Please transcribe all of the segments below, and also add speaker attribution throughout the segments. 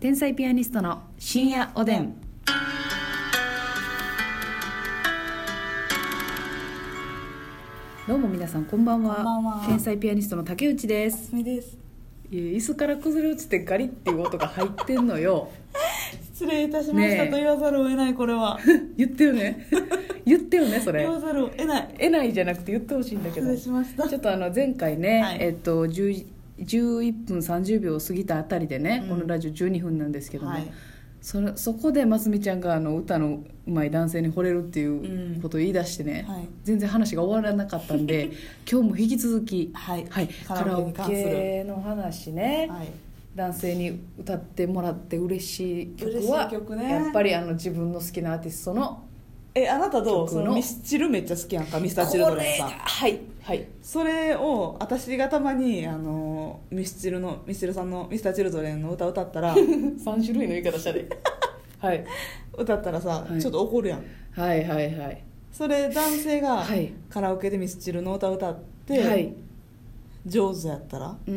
Speaker 1: 天才ピアニストの深夜おでんどうも皆さんこんばんは
Speaker 2: こんばんは
Speaker 1: 天才ピアニストの竹内です
Speaker 2: みです
Speaker 1: いや椅子から崩れ落ちてガリっていう音が入ってんのよ
Speaker 2: 失礼いたしました
Speaker 1: ねえ
Speaker 2: と言わざるを得ないこれは
Speaker 1: 言ってよね 言ってよねそれ
Speaker 2: 言わざるを得ない
Speaker 1: えないじゃなくて言ってほしいんだけ
Speaker 2: 失
Speaker 1: ど
Speaker 2: 礼しまし た
Speaker 1: ちょっとあの前回ね、
Speaker 2: はい
Speaker 1: えっと10 11分30秒を過ぎたあたりでね、
Speaker 2: うん
Speaker 1: このラジオ12分なんですけども、
Speaker 2: はい
Speaker 1: そのそこでますみちゃんがあの歌のうまい男性に惚れるっていうんことを言い出してね、
Speaker 2: はい
Speaker 1: 全然話が終わらなかったん で今日も引き続き、
Speaker 2: はい
Speaker 1: カ
Speaker 2: カ
Speaker 1: ラ
Speaker 2: ラオケ
Speaker 1: オ
Speaker 2: に関する
Speaker 1: ケの話ね、
Speaker 2: はい
Speaker 1: 男性に歌ってもらって嬉しい曲は
Speaker 2: 嬉しい曲ね
Speaker 1: やっぱりあの自分の好きなアーティストの
Speaker 2: えあなたどう
Speaker 1: 曲
Speaker 2: そ
Speaker 1: の
Speaker 2: のミスチルめっちゃ好きやんかミスターチルドレンさ
Speaker 1: これ
Speaker 2: ん
Speaker 1: がはい はい
Speaker 2: それを私がたまにあのミスチルのミスチルさんのミスターチルドレンの歌歌っ たら
Speaker 1: 3種類の言い方したで、 はい、
Speaker 2: 歌ったらさ、
Speaker 1: はい
Speaker 2: ちょっと怒るやん
Speaker 1: はいはいはい
Speaker 2: それ男性が
Speaker 1: はい
Speaker 2: カラオケでミスチルの歌歌って、
Speaker 1: はいう
Speaker 2: 上手やったら
Speaker 1: ーんうー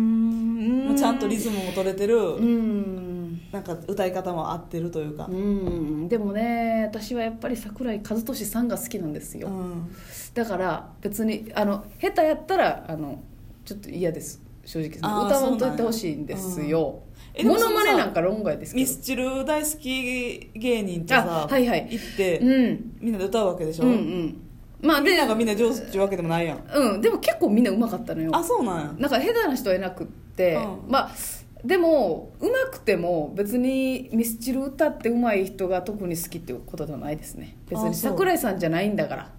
Speaker 1: ん
Speaker 2: もうちゃんとリズムも取れてる、
Speaker 1: うーん
Speaker 2: なんか歌い方も合ってるというか
Speaker 1: う、ーんでもね私はやっぱり桜井和寿さんが好きなんですよ、
Speaker 2: うん
Speaker 1: だから別にあの下手やったらあのちょっと嫌です正直歌
Speaker 2: あー
Speaker 1: わんと
Speaker 2: そうなん
Speaker 1: い
Speaker 2: や
Speaker 1: てほしいんですよ
Speaker 2: うんえで
Speaker 1: モ
Speaker 2: もそ
Speaker 1: ノ
Speaker 2: のさ
Speaker 1: マネなんか論外ですけ
Speaker 2: ミ
Speaker 1: ど
Speaker 2: スチル大好き芸人とさ、
Speaker 1: あはいはい
Speaker 2: 行って、
Speaker 1: うん
Speaker 2: みんなで歌うわけでしょ、
Speaker 1: うんうんまあ
Speaker 2: みん
Speaker 1: で
Speaker 2: ながみんな上手っていうわけでもないやん
Speaker 1: うんでも結構みんなうまかったのよ
Speaker 2: あそうなんや
Speaker 1: なんか下手な人はいなくって、
Speaker 2: うん
Speaker 1: まあでもうまくても別にミスチル歌ってうまい人が特に好きっていうことではないですね別
Speaker 2: あ
Speaker 1: に
Speaker 2: そう
Speaker 1: 桜井さんじゃないんだから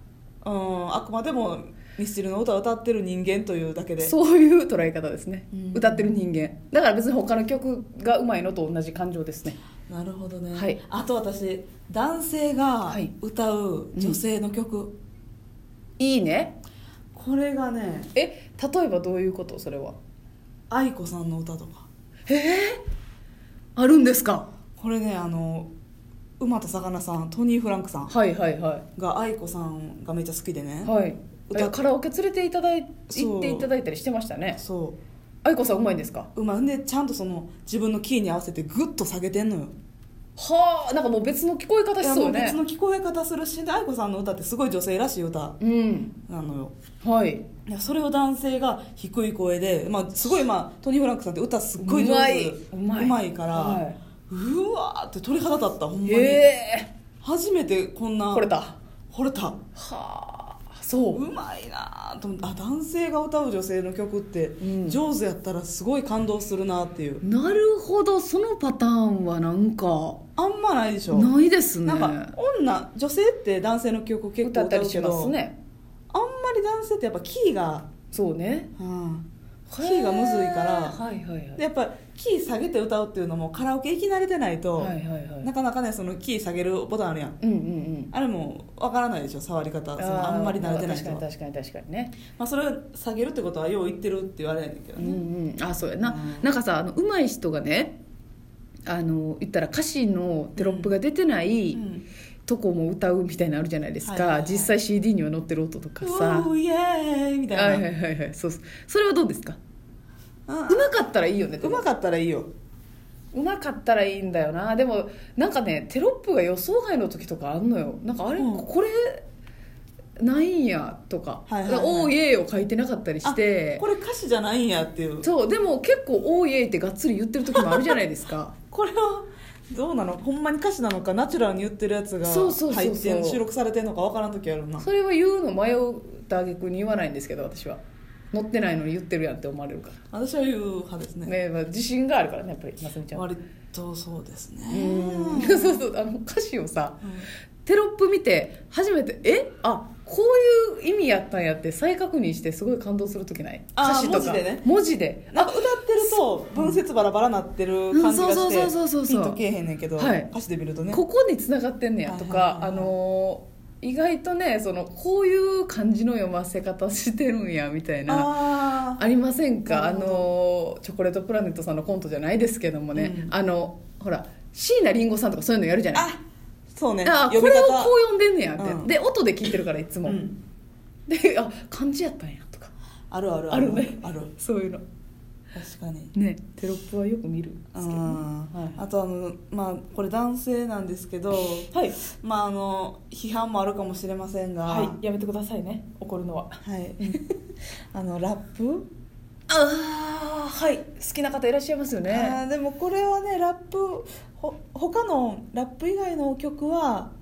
Speaker 2: うんあくまでもミスチルの歌を歌ってる人間というだけで
Speaker 1: そういう捉え方ですね、
Speaker 2: うん
Speaker 1: 歌ってる人間だから別に他の曲がうまいのと同じ感情ですね
Speaker 2: なるほどね、
Speaker 1: はい
Speaker 2: あと私男性が
Speaker 1: はい
Speaker 2: 歌う女性の曲、
Speaker 1: いいね
Speaker 2: これがね
Speaker 1: え例えばどういうことそれは
Speaker 2: 愛子さんの歌とか
Speaker 1: あるんですか
Speaker 2: これねあの馬と魚さんトニー・フランクさん
Speaker 1: はいはいは
Speaker 2: が愛子さんがめっちゃ好きで
Speaker 1: い
Speaker 2: ね、
Speaker 1: はい
Speaker 2: 歌
Speaker 1: えカラオケ連れていただい
Speaker 2: そう
Speaker 1: 行っていただいたりしてましたね
Speaker 2: そ
Speaker 1: 愛子さんうまいんですか
Speaker 2: ううまいでちゃんとその自分のキーに合わせてグッと下げてんのよ
Speaker 1: はあなんかもう別の聞こえ方し
Speaker 2: いや
Speaker 1: そ
Speaker 2: も
Speaker 1: う
Speaker 2: う
Speaker 1: ね
Speaker 2: 別の聞こえ方するしで愛子さんの歌ってすごい女性らしい歌
Speaker 1: うん
Speaker 2: なのよ
Speaker 1: はい
Speaker 2: いやそれを男性が低い声で、まあ、すごい、まあ、トニー・フランクさんって歌すっごい上手
Speaker 1: うまいうまいう
Speaker 2: まいから、
Speaker 1: はいう
Speaker 2: わーって鳥肌立ったほんまに、
Speaker 1: え
Speaker 2: 初めてこん
Speaker 1: え
Speaker 2: な
Speaker 1: これだは
Speaker 2: 惚れた
Speaker 1: あそう
Speaker 2: まいなーと思ってあ男性が歌う女性の曲って
Speaker 1: うん
Speaker 2: 上手やったらすごい感動するなってい
Speaker 1: う
Speaker 2: う、
Speaker 1: なるほどそのパターンはなんか
Speaker 2: あんまないでしょ
Speaker 1: ないですね
Speaker 2: なんか女女性って男性の曲結構
Speaker 1: 歌っ
Speaker 2: 歌
Speaker 1: た
Speaker 2: う
Speaker 1: り
Speaker 2: け
Speaker 1: し
Speaker 2: ど
Speaker 1: ますね
Speaker 2: あんまり男性ってやっぱキーが、
Speaker 1: そうね
Speaker 2: うん、キーがむずいから
Speaker 1: はいはいはい
Speaker 2: でやっぱキー下げて歌うっていうのもカラオケ行き慣れてないと、
Speaker 1: はいはいはい
Speaker 2: なかなかねそのキー下げるボタンあるやん
Speaker 1: うんうんうん
Speaker 2: あれもわからないでしょ触り方その
Speaker 1: ー
Speaker 2: あんまり慣れてない人は
Speaker 1: 確かに確かに確かにね
Speaker 2: まあ、それを下げるってことはよう言ってるって言われないんだけど
Speaker 1: う
Speaker 2: ね、
Speaker 1: んうんあそうやな、
Speaker 2: うん
Speaker 1: なんかさあの上手い人がねあの言ったら歌詞のテロップが出てない、
Speaker 2: うん
Speaker 1: とこも歌うみたいなのあるじゃないですか、
Speaker 2: はいはいはい
Speaker 1: 実際 CD には載ってる音とかさ
Speaker 2: おーイエーイみ
Speaker 1: は
Speaker 2: た
Speaker 1: い
Speaker 2: い
Speaker 1: はい
Speaker 2: な
Speaker 1: はいはいそうそうそれはどうですか
Speaker 2: うん
Speaker 1: うまかったらいいよねで
Speaker 2: う
Speaker 1: も
Speaker 2: まかったらいいよ
Speaker 1: うまかったらいいんだよなでもなんかねテロップが予想外の時とかあんのよなんかあれ、
Speaker 2: うん
Speaker 1: これないんやとか「
Speaker 2: はいはいはい
Speaker 1: おーイエー」を書いてなかったりして
Speaker 2: あこれ歌詞じゃないんやっていう
Speaker 1: そうでも結構「おーイエー」ってがっつり言ってる時もあるじゃないです か
Speaker 2: これはどうなのほんまに歌詞なのかナチュラルに言ってるやつが
Speaker 1: そうそうそうそう
Speaker 2: 入ってん収録されてんのかわからん時あるな
Speaker 1: それは言うの迷うた挙句に言わないんですけど私は載ってないのに言ってるやんって思われるか
Speaker 2: 私は言う派です
Speaker 1: ら
Speaker 2: ね
Speaker 1: ねまあ自信があるからねやっぱりますみちゃんは
Speaker 2: 割とそうですね
Speaker 1: うん そうそうあの歌詞をさテロップ見て初めてえあこういう意味やったんやって再確認してすごい感動する時ない
Speaker 2: あー
Speaker 1: 歌詞とか
Speaker 2: 文字でね
Speaker 1: 文字で
Speaker 2: なんか歌ってると文節バラバラなってる感じが
Speaker 1: うんそうそうそうそうそう
Speaker 2: してピンとけえへんねんけど、
Speaker 1: はい
Speaker 2: 歌詞で見るとね
Speaker 1: ここに繋がってんねやとか、
Speaker 2: はいはいはいはい
Speaker 1: あのー意外とねそのこういう漢字の読ませ方してるんやみたいな
Speaker 2: あ
Speaker 1: ありませんか
Speaker 2: な
Speaker 1: あ
Speaker 2: るほ
Speaker 1: のチョコレートプラネットさんのコントじゃないですけどもね、
Speaker 2: うん
Speaker 1: あのほら椎名林檎さんとかそういうのやるじゃ
Speaker 2: ー
Speaker 1: ない
Speaker 2: あそうね
Speaker 1: あ
Speaker 2: 呼
Speaker 1: こ
Speaker 2: び
Speaker 1: れをこ
Speaker 2: 方
Speaker 1: う読んでんねやって、
Speaker 2: うん
Speaker 1: で音で聞いてるからいつも、
Speaker 2: うん
Speaker 1: であ漢字やったんやとか
Speaker 2: あるある
Speaker 1: あるね
Speaker 2: ある
Speaker 1: そういうの
Speaker 2: 確かに
Speaker 1: ねテロップはよく見るんですけどね
Speaker 2: あー、
Speaker 1: はい
Speaker 2: あとあのまあこれ男性なんですけど
Speaker 1: はい、
Speaker 2: まああの批判もあるかもしれませんが
Speaker 1: はい、やめてくださいね怒るのは
Speaker 2: はい あのラップ、
Speaker 1: ああはい好きな方いらっしゃいますよ
Speaker 2: あーでもこれはねラップほ他のラップ以外の曲は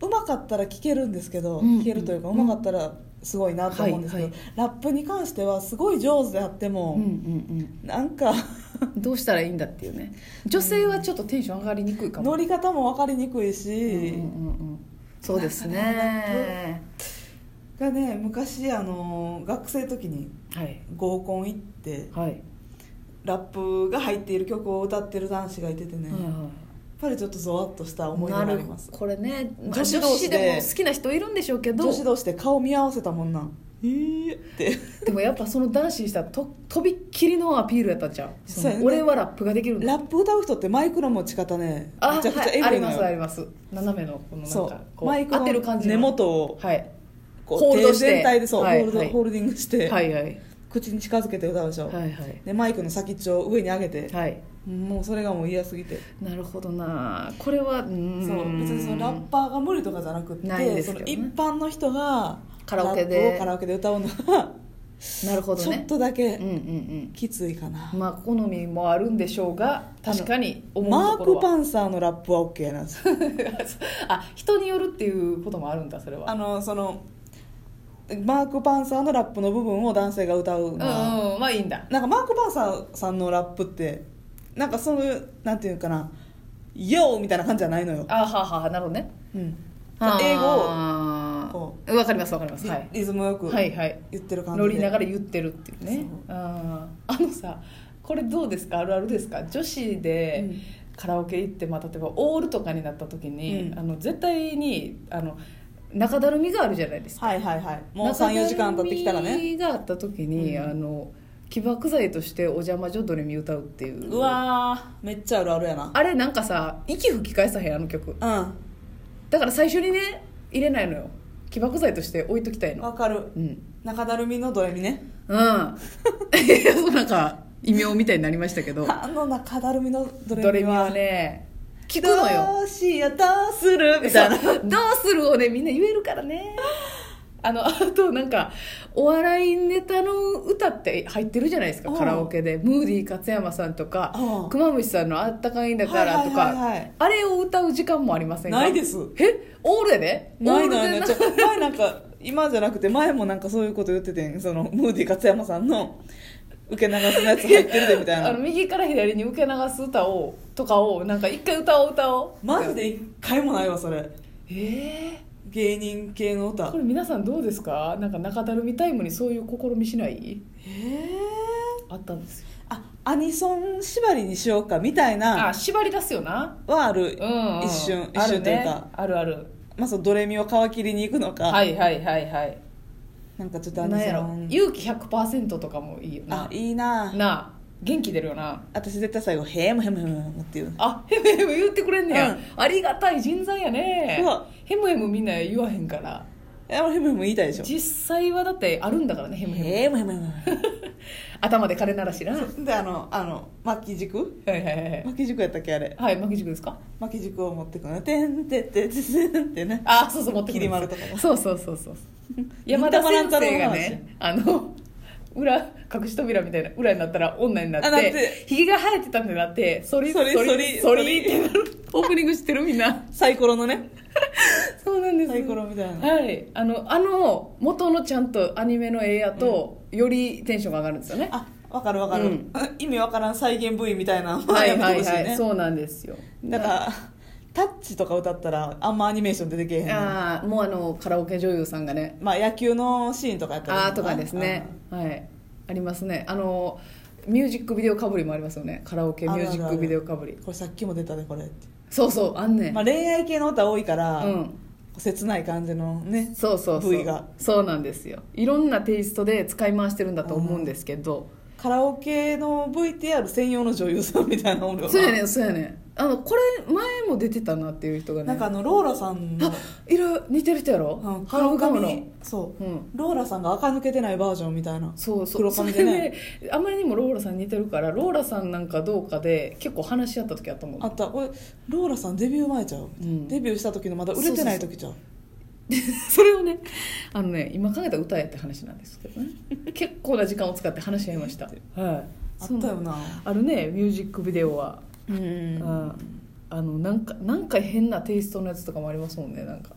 Speaker 2: うまかったら聴けるんですけど、
Speaker 1: うん
Speaker 2: 聴けるというか
Speaker 1: う
Speaker 2: うんまかったらすごいなと思うんですけど、
Speaker 1: はいは
Speaker 2: ラップに関してはすごい上手であって
Speaker 1: う
Speaker 2: も、
Speaker 1: んうん
Speaker 2: なんか
Speaker 1: うん どうしたらいいんだっていうね女性はちょっとテンション上がりにくいかも
Speaker 2: 乗り方も分かりにく
Speaker 1: うん
Speaker 2: い
Speaker 1: うん
Speaker 2: し、
Speaker 1: うんうんそうですね
Speaker 2: がね昔あの学生の時に
Speaker 1: はい
Speaker 2: 合コン行って
Speaker 1: はい
Speaker 2: ラップが入っている曲を歌ってる男子がいててね、
Speaker 1: はい
Speaker 2: やっ
Speaker 1: はい
Speaker 2: ぱりちょっとゾワッとした思い出があ
Speaker 1: な
Speaker 2: り
Speaker 1: る
Speaker 2: ます
Speaker 1: これね、まあ女
Speaker 2: 女子
Speaker 1: 子
Speaker 2: 同士で
Speaker 1: でも好きな人いるんでしょうけど
Speaker 2: 女子同士で顔見合わせたもんなんえーって
Speaker 1: でもやっぱその男子にしたらととびっきりのアピールやったじゃんそ
Speaker 2: そうや
Speaker 1: の
Speaker 2: ね
Speaker 1: 俺はラップができるんだ
Speaker 2: ラップ歌う人ってマイクの持ち方ね
Speaker 1: あ
Speaker 2: めちゃくちゃエ
Speaker 1: はい、あ
Speaker 2: グ
Speaker 1: り
Speaker 2: いの
Speaker 1: ますあり
Speaker 2: よ
Speaker 1: ます斜めのこのなん
Speaker 2: そ
Speaker 1: か
Speaker 2: う
Speaker 1: こ
Speaker 2: マイク
Speaker 1: 合ってる
Speaker 2: の
Speaker 1: 感じの
Speaker 2: 根元を
Speaker 1: はい
Speaker 2: こう
Speaker 1: ホールドして
Speaker 2: 手全体でそう、
Speaker 1: はい
Speaker 2: ホールド
Speaker 1: はい
Speaker 2: ホールディングして、
Speaker 1: はいはい
Speaker 2: 口に近づけて歌うでしょ、
Speaker 1: はいはい
Speaker 2: でマイクの先っちょを上に上げて、
Speaker 1: はい
Speaker 2: もうそれがもう嫌すぎて
Speaker 1: なるほどなこれはうーん
Speaker 2: そう別にそのラッパーが無理とかじゃなくて
Speaker 1: ないです
Speaker 2: そ
Speaker 1: けど
Speaker 2: の
Speaker 1: ね
Speaker 2: 一般の人が
Speaker 1: カラオケで
Speaker 2: ラップをカラオケで歌うのは
Speaker 1: なるほど
Speaker 2: ちょっ
Speaker 1: ね
Speaker 2: とだ
Speaker 1: うん
Speaker 2: け
Speaker 1: うん
Speaker 2: きついかな、
Speaker 1: うんまあ好みもあるんでしょうが確かに思
Speaker 2: マ
Speaker 1: うとこ
Speaker 2: ー
Speaker 1: ろ
Speaker 2: ク・
Speaker 1: は
Speaker 2: パンサーのラップは OK なんですよ
Speaker 1: あ人によるっていうこともあるんだそれは
Speaker 2: あのそのマーク・パンサーのラップの部分を男性が歌う
Speaker 1: うん
Speaker 2: のは、
Speaker 1: うんまあいいんだ
Speaker 2: なんかマーク・パンサーさんのラップってなんかそのなんていうかな「YO!」みたいな感じじゃないのよ、
Speaker 1: あはあはあはあなるほどね
Speaker 2: うん、英語を
Speaker 1: 語わかりますわかりますはい
Speaker 2: リリズムよく
Speaker 1: はいはい
Speaker 2: 言ってる感じで、
Speaker 1: 乗りながら言ってるっていうね
Speaker 2: そう
Speaker 1: あーあのさこれどうですかあるあるですか女子で
Speaker 2: うん
Speaker 1: カラオケ行って、まあ、例えばオールとかになった時に、
Speaker 2: うん
Speaker 1: あの絶対にあの中だるみがあるじゃないですか
Speaker 2: はいはいはいもう
Speaker 1: 中だるみ
Speaker 2: 34時間経ってきたらね
Speaker 1: があった時に、
Speaker 2: うん
Speaker 1: あの起爆剤として「お邪魔女ドレミ」歌うっていう
Speaker 2: うわーめっちゃあるあるやな
Speaker 1: あれなんかさ息吹き返さへんあの曲
Speaker 2: う
Speaker 1: だから最初にね入れないのよ起爆剤として置いときたい
Speaker 2: ん
Speaker 1: の
Speaker 2: わかる
Speaker 1: うん
Speaker 2: 中だるみのドレミね
Speaker 1: うん いやそうなんか異名みたいになりましたけ ど
Speaker 2: あの中だるみのド
Speaker 1: ドレ
Speaker 2: レミ
Speaker 1: ミは
Speaker 2: は
Speaker 1: ね聞く
Speaker 2: ど
Speaker 1: のよ
Speaker 2: うしようどうするみたいな
Speaker 1: そうどうするをねみんな言えるから ねあのあとなんかお笑いネタの歌って入ってるじゃないですか
Speaker 2: うん
Speaker 1: カラオケでムーディ勝山さんと
Speaker 2: う
Speaker 1: か
Speaker 2: ん
Speaker 1: 熊虫さんの「あったかいんだから」と
Speaker 2: はいはいはいは
Speaker 1: か
Speaker 2: い
Speaker 1: あれを歌う時間もありませんか
Speaker 2: ないです
Speaker 1: えオールやで
Speaker 2: ない
Speaker 1: オー
Speaker 2: ない
Speaker 1: ル
Speaker 2: な
Speaker 1: で
Speaker 2: いちょ前なんか今じゃなくて前もなんかそういうこと言っててんそのムーディ勝山さんの受け流すのやつ入ってるでみたい
Speaker 1: あの
Speaker 2: な
Speaker 1: 右から左に受け流す歌をとかをなんか一回歌おう歌おう
Speaker 2: マジで一回もないわそれ
Speaker 1: ええ
Speaker 2: 芸人系の歌
Speaker 1: これ皆さんどうですかなんか中だるみタイムにそういう試みしない
Speaker 2: えー
Speaker 1: あったんですよ
Speaker 2: あアニソン縛りにしようかみたい
Speaker 1: あ
Speaker 2: な
Speaker 1: 縛り出すよな
Speaker 2: はある
Speaker 1: うん、うん、
Speaker 2: 一瞬一
Speaker 1: ある
Speaker 2: 瞬という
Speaker 1: ね
Speaker 2: か
Speaker 1: あるある
Speaker 2: まあそのドレミを皮切りに行くのか、
Speaker 1: はいはいはいはい
Speaker 2: なんかちょっとアニ
Speaker 1: なんや
Speaker 2: ソ
Speaker 1: ろ
Speaker 2: ン
Speaker 1: 勇気100%とかもいいよな
Speaker 2: あ
Speaker 1: い
Speaker 2: いな
Speaker 1: なあ元気出るよな
Speaker 2: 私絶対最後「へむへむへむへむ」っていう
Speaker 1: あヘムヘム言ってくれんねや、
Speaker 2: うん
Speaker 1: ありがたい人材やね
Speaker 2: うわ
Speaker 1: ヘムヘムみんな言わへんから
Speaker 2: え俺へむへむ言いたいでしょ
Speaker 1: 実際はだってあるんだからねヘムヘム
Speaker 2: へむへむへむ
Speaker 1: 頭で金ならしなはい
Speaker 2: であのあの巻き軸
Speaker 1: はいはいはい
Speaker 2: 巻き軸やったっけあれ
Speaker 1: はい巻き軸ですか
Speaker 2: 巻き軸を持ってくのてんてってててんってね
Speaker 1: あそうそう持ってくる
Speaker 2: きり丸とか
Speaker 1: そうそうそうそう
Speaker 2: 忍
Speaker 1: 山
Speaker 2: た
Speaker 1: 田
Speaker 2: ま乱
Speaker 1: 先
Speaker 2: 太郎の
Speaker 1: 生
Speaker 2: 話
Speaker 1: がねあの裏隠し扉みたいな裏になったら女にな
Speaker 2: あなっ
Speaker 1: って
Speaker 2: て
Speaker 1: ひげが生えてたんでなってそり
Speaker 2: そり
Speaker 1: そ
Speaker 2: そ
Speaker 1: り
Speaker 2: り
Speaker 1: そりってなるオープニング知ってるみんな
Speaker 2: サイコロのね
Speaker 1: そうなんです
Speaker 2: サイコロみたいな
Speaker 1: はいあのあの元のちゃんとアニメの絵やと、よりテンションが上がるんですよね
Speaker 2: あわかるわかる、
Speaker 1: うん
Speaker 2: 意味わからん再現部位みたいなの
Speaker 1: は
Speaker 2: や
Speaker 1: い
Speaker 2: め
Speaker 1: は
Speaker 2: てほ
Speaker 1: い
Speaker 2: しい
Speaker 1: はい、
Speaker 2: ね
Speaker 1: そうなんですよ
Speaker 2: だから「タッチ」とか歌ったらあんまアニメーション出てけえへん
Speaker 1: あーもうあのカラオケ女優さんがね
Speaker 2: まあ野球のシーンとかやったら
Speaker 1: あーとかですねはいありますねあのミュージックビデオかぶりもありますよねカラオケミュージックビデオかぶり
Speaker 2: うんこれさっきも出たでこれって
Speaker 1: そうそうあんねん、
Speaker 2: まあ、恋愛系の歌多いから、
Speaker 1: うん
Speaker 2: 切ない感じのね
Speaker 1: そうそうそう
Speaker 2: 部位が
Speaker 1: そうなんですよいろんなテイストで使い回してるんだと思うんですけど、
Speaker 2: カラオケの VTR 専用の女優さんみたいなのおるよな
Speaker 1: そうやねんそうやねんあのこれ前も出てたなっていう人がね
Speaker 2: なんかあのローラさんの
Speaker 1: あ色似てる人やろ、
Speaker 2: うん
Speaker 1: カラオ
Speaker 2: 黒
Speaker 1: ケもの
Speaker 2: 髪そう
Speaker 1: うん
Speaker 2: ローラさんが垢抜けてないバージョンみたいな
Speaker 1: そうそう
Speaker 2: 黒髪でね
Speaker 1: それ であまりにもローラさん似てるからローラさんなんかどうかで結構話し合った時あったもん
Speaker 2: あったおいローラさんデビュー前ちゃう、
Speaker 1: うん
Speaker 2: デビューした時のまだ売れてない時ちゃう
Speaker 1: それをねあのね今考えたら歌やって話なんですけ どね結構な時間を使って話し合いましたはい
Speaker 2: あったよ
Speaker 1: そう
Speaker 2: な
Speaker 1: あるねミュージックビデオは、
Speaker 2: うん
Speaker 1: ああのなんかなんか変なテイストのやつとかもありますもんねなんか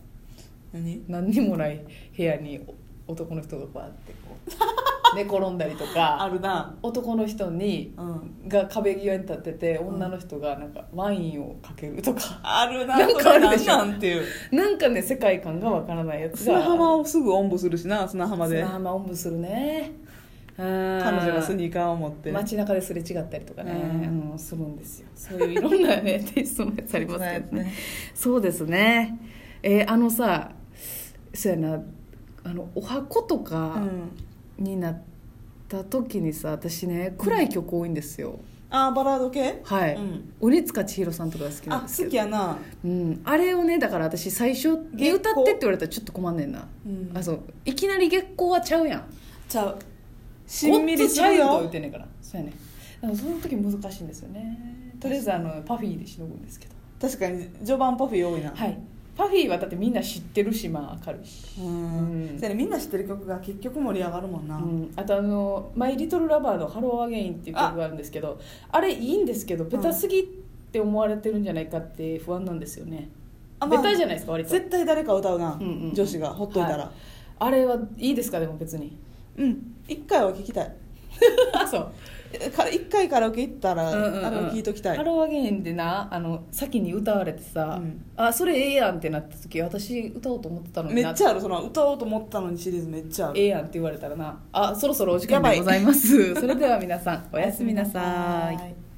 Speaker 2: 何
Speaker 1: 何にもない部屋にお男の人がバーってこ う寝転んだりと
Speaker 2: あ
Speaker 1: か
Speaker 2: るな
Speaker 1: 男の人に
Speaker 2: うん
Speaker 1: が壁際に立ってて女の人がなんかワインをかけるとか、
Speaker 2: あるな
Speaker 1: なんかあるでしょ
Speaker 2: それなんなんていう
Speaker 1: なんかね世界観がわからないやつが
Speaker 2: 砂浜をすぐおんぶするしな砂浜で
Speaker 1: 砂浜おんぶするね彼
Speaker 2: 彼女がスニーカーを持って
Speaker 1: 街中ですれ違ったりとかね、
Speaker 2: う
Speaker 1: うん、するんですよそういういろんなねテイストのやつありますけどね
Speaker 2: ね
Speaker 1: そうですねえーあのさそうやなあのお箱と
Speaker 2: う
Speaker 1: か
Speaker 2: ん
Speaker 1: になった時にさ私ね暗い曲多いんですよ、
Speaker 2: あーバラード系
Speaker 1: はい、
Speaker 2: うん
Speaker 1: 鬼塚千尋さんとかが好きな
Speaker 2: あ
Speaker 1: んですけど
Speaker 2: 好きやな
Speaker 1: うん、あれをねだから私最初「
Speaker 2: 月光
Speaker 1: 歌って」って言われたらちょっと困んねんな、
Speaker 2: うん
Speaker 1: あそういきなり月光はちゃうやん
Speaker 2: ちゃうし
Speaker 1: し
Speaker 2: ん
Speaker 1: んみ
Speaker 2: み
Speaker 1: り
Speaker 2: り
Speaker 1: す
Speaker 2: す
Speaker 1: る
Speaker 2: る
Speaker 1: よ言
Speaker 2: よ
Speaker 1: ってんねんからそうやねだからその時難しいんですよねとりあえずあのパフィーでしのぐんですけど
Speaker 2: 確かに序盤パフィー多いな
Speaker 1: はいパフィーはだってみんな知ってるしまあ明るいし、
Speaker 2: うん
Speaker 1: うん
Speaker 2: それみんな知ってる曲が結局盛り上がるもん
Speaker 1: う、
Speaker 2: なん
Speaker 1: あとあの「マイ・リトル・ラバー」の「ハロー・アゲイン」っていう曲があるんですけどあれいいんですけどベタすぎって思われてるんじゃないかって不安なんですよね、
Speaker 2: あ
Speaker 1: ベ
Speaker 2: まあ
Speaker 1: タじゃないですか割と
Speaker 2: 絶対誰か歌うな
Speaker 1: うんうんうん
Speaker 2: 女子がほっといた
Speaker 1: は
Speaker 2: ら
Speaker 1: あれはいいですかでも別 に
Speaker 2: うん一回は聴きたい
Speaker 1: あそう
Speaker 2: えか一回カラオケ行ったら
Speaker 1: うんうんうん
Speaker 2: あれを聴いときたい
Speaker 1: ハローアゲインでなあの先に歌われてさ、
Speaker 2: うん
Speaker 1: あそれええやんってなった時私歌おうと思ってたのに
Speaker 2: め
Speaker 1: な
Speaker 2: っちゃあるその歌おうと思ったのにシリーズめっちゃある
Speaker 1: ええやんって言われたらなあそろそろお時間
Speaker 2: やば
Speaker 1: で
Speaker 2: い
Speaker 1: ございますそれでは皆さんおやすみなさい
Speaker 2: い